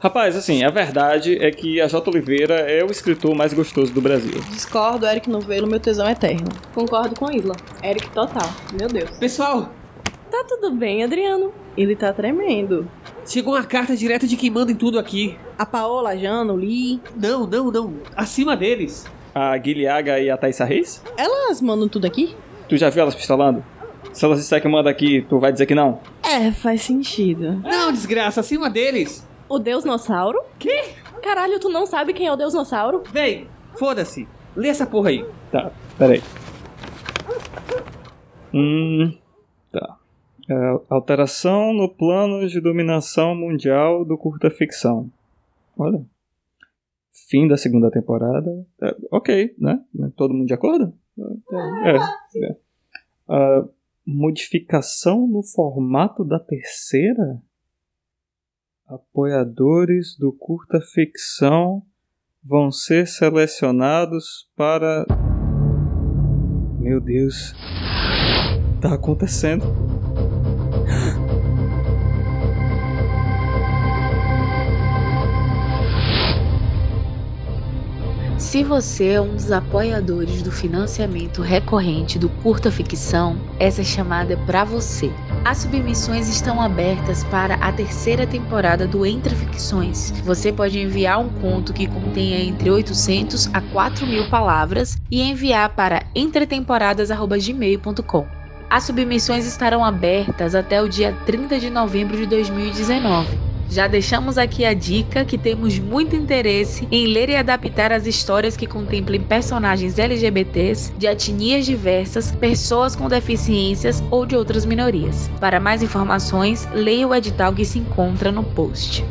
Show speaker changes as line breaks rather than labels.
Rapaz, assim, a verdade é que a J. Oliveira é o escritor mais gostoso do Brasil.
Discordo, Eric Novelo, meu tesão eterno. Concordo com Isla. Eric total. Meu Deus.
Pessoal,
Tá tudo bem, Adriano.
Ele tá tremendo.
chegou uma carta direta de quem manda em tudo aqui.
A Paola, a Jana, o Lee,
Não, não, não. Acima deles.
A Guilhaga e a Thaisa Reis?
elas mandam tudo aqui?
Tu já viu elas pistolando? Se elas disserem que manda aqui, tu vai dizer que não?
É, faz sentido.
Não, desgraça, acima deles.
O Deusnossauro?
Quê?
Caralho, tu não sabe quem é o Deusnossauro?
Véi, foda-se. Lê essa porra aí.
Tá, peraí. Hum. Tá. É, alteração no plano de dominação mundial do curta ficção. Olha. Fim da segunda temporada. É, ok, né? Todo mundo de acordo? É. é. Ah, modificação no formato da terceira? Apoiadores do curta ficção vão ser selecionados para. Meu Deus. Tá acontecendo.
Se você é um dos apoiadores do financiamento recorrente do Curta Ficção, essa chamada é para você. As submissões estão abertas para a terceira temporada do Entre Ficções. Você pode enviar um conto que contenha entre 800 a 4 mil palavras e enviar para entretemporadas.gmail.com. As submissões estarão abertas até o dia 30 de novembro de 2019. Já deixamos aqui a dica que temos muito interesse em ler e adaptar as histórias que contemplem personagens LGBTs, de etnias diversas, pessoas com deficiências ou de outras minorias. Para mais informações, leia o edital que se encontra no post.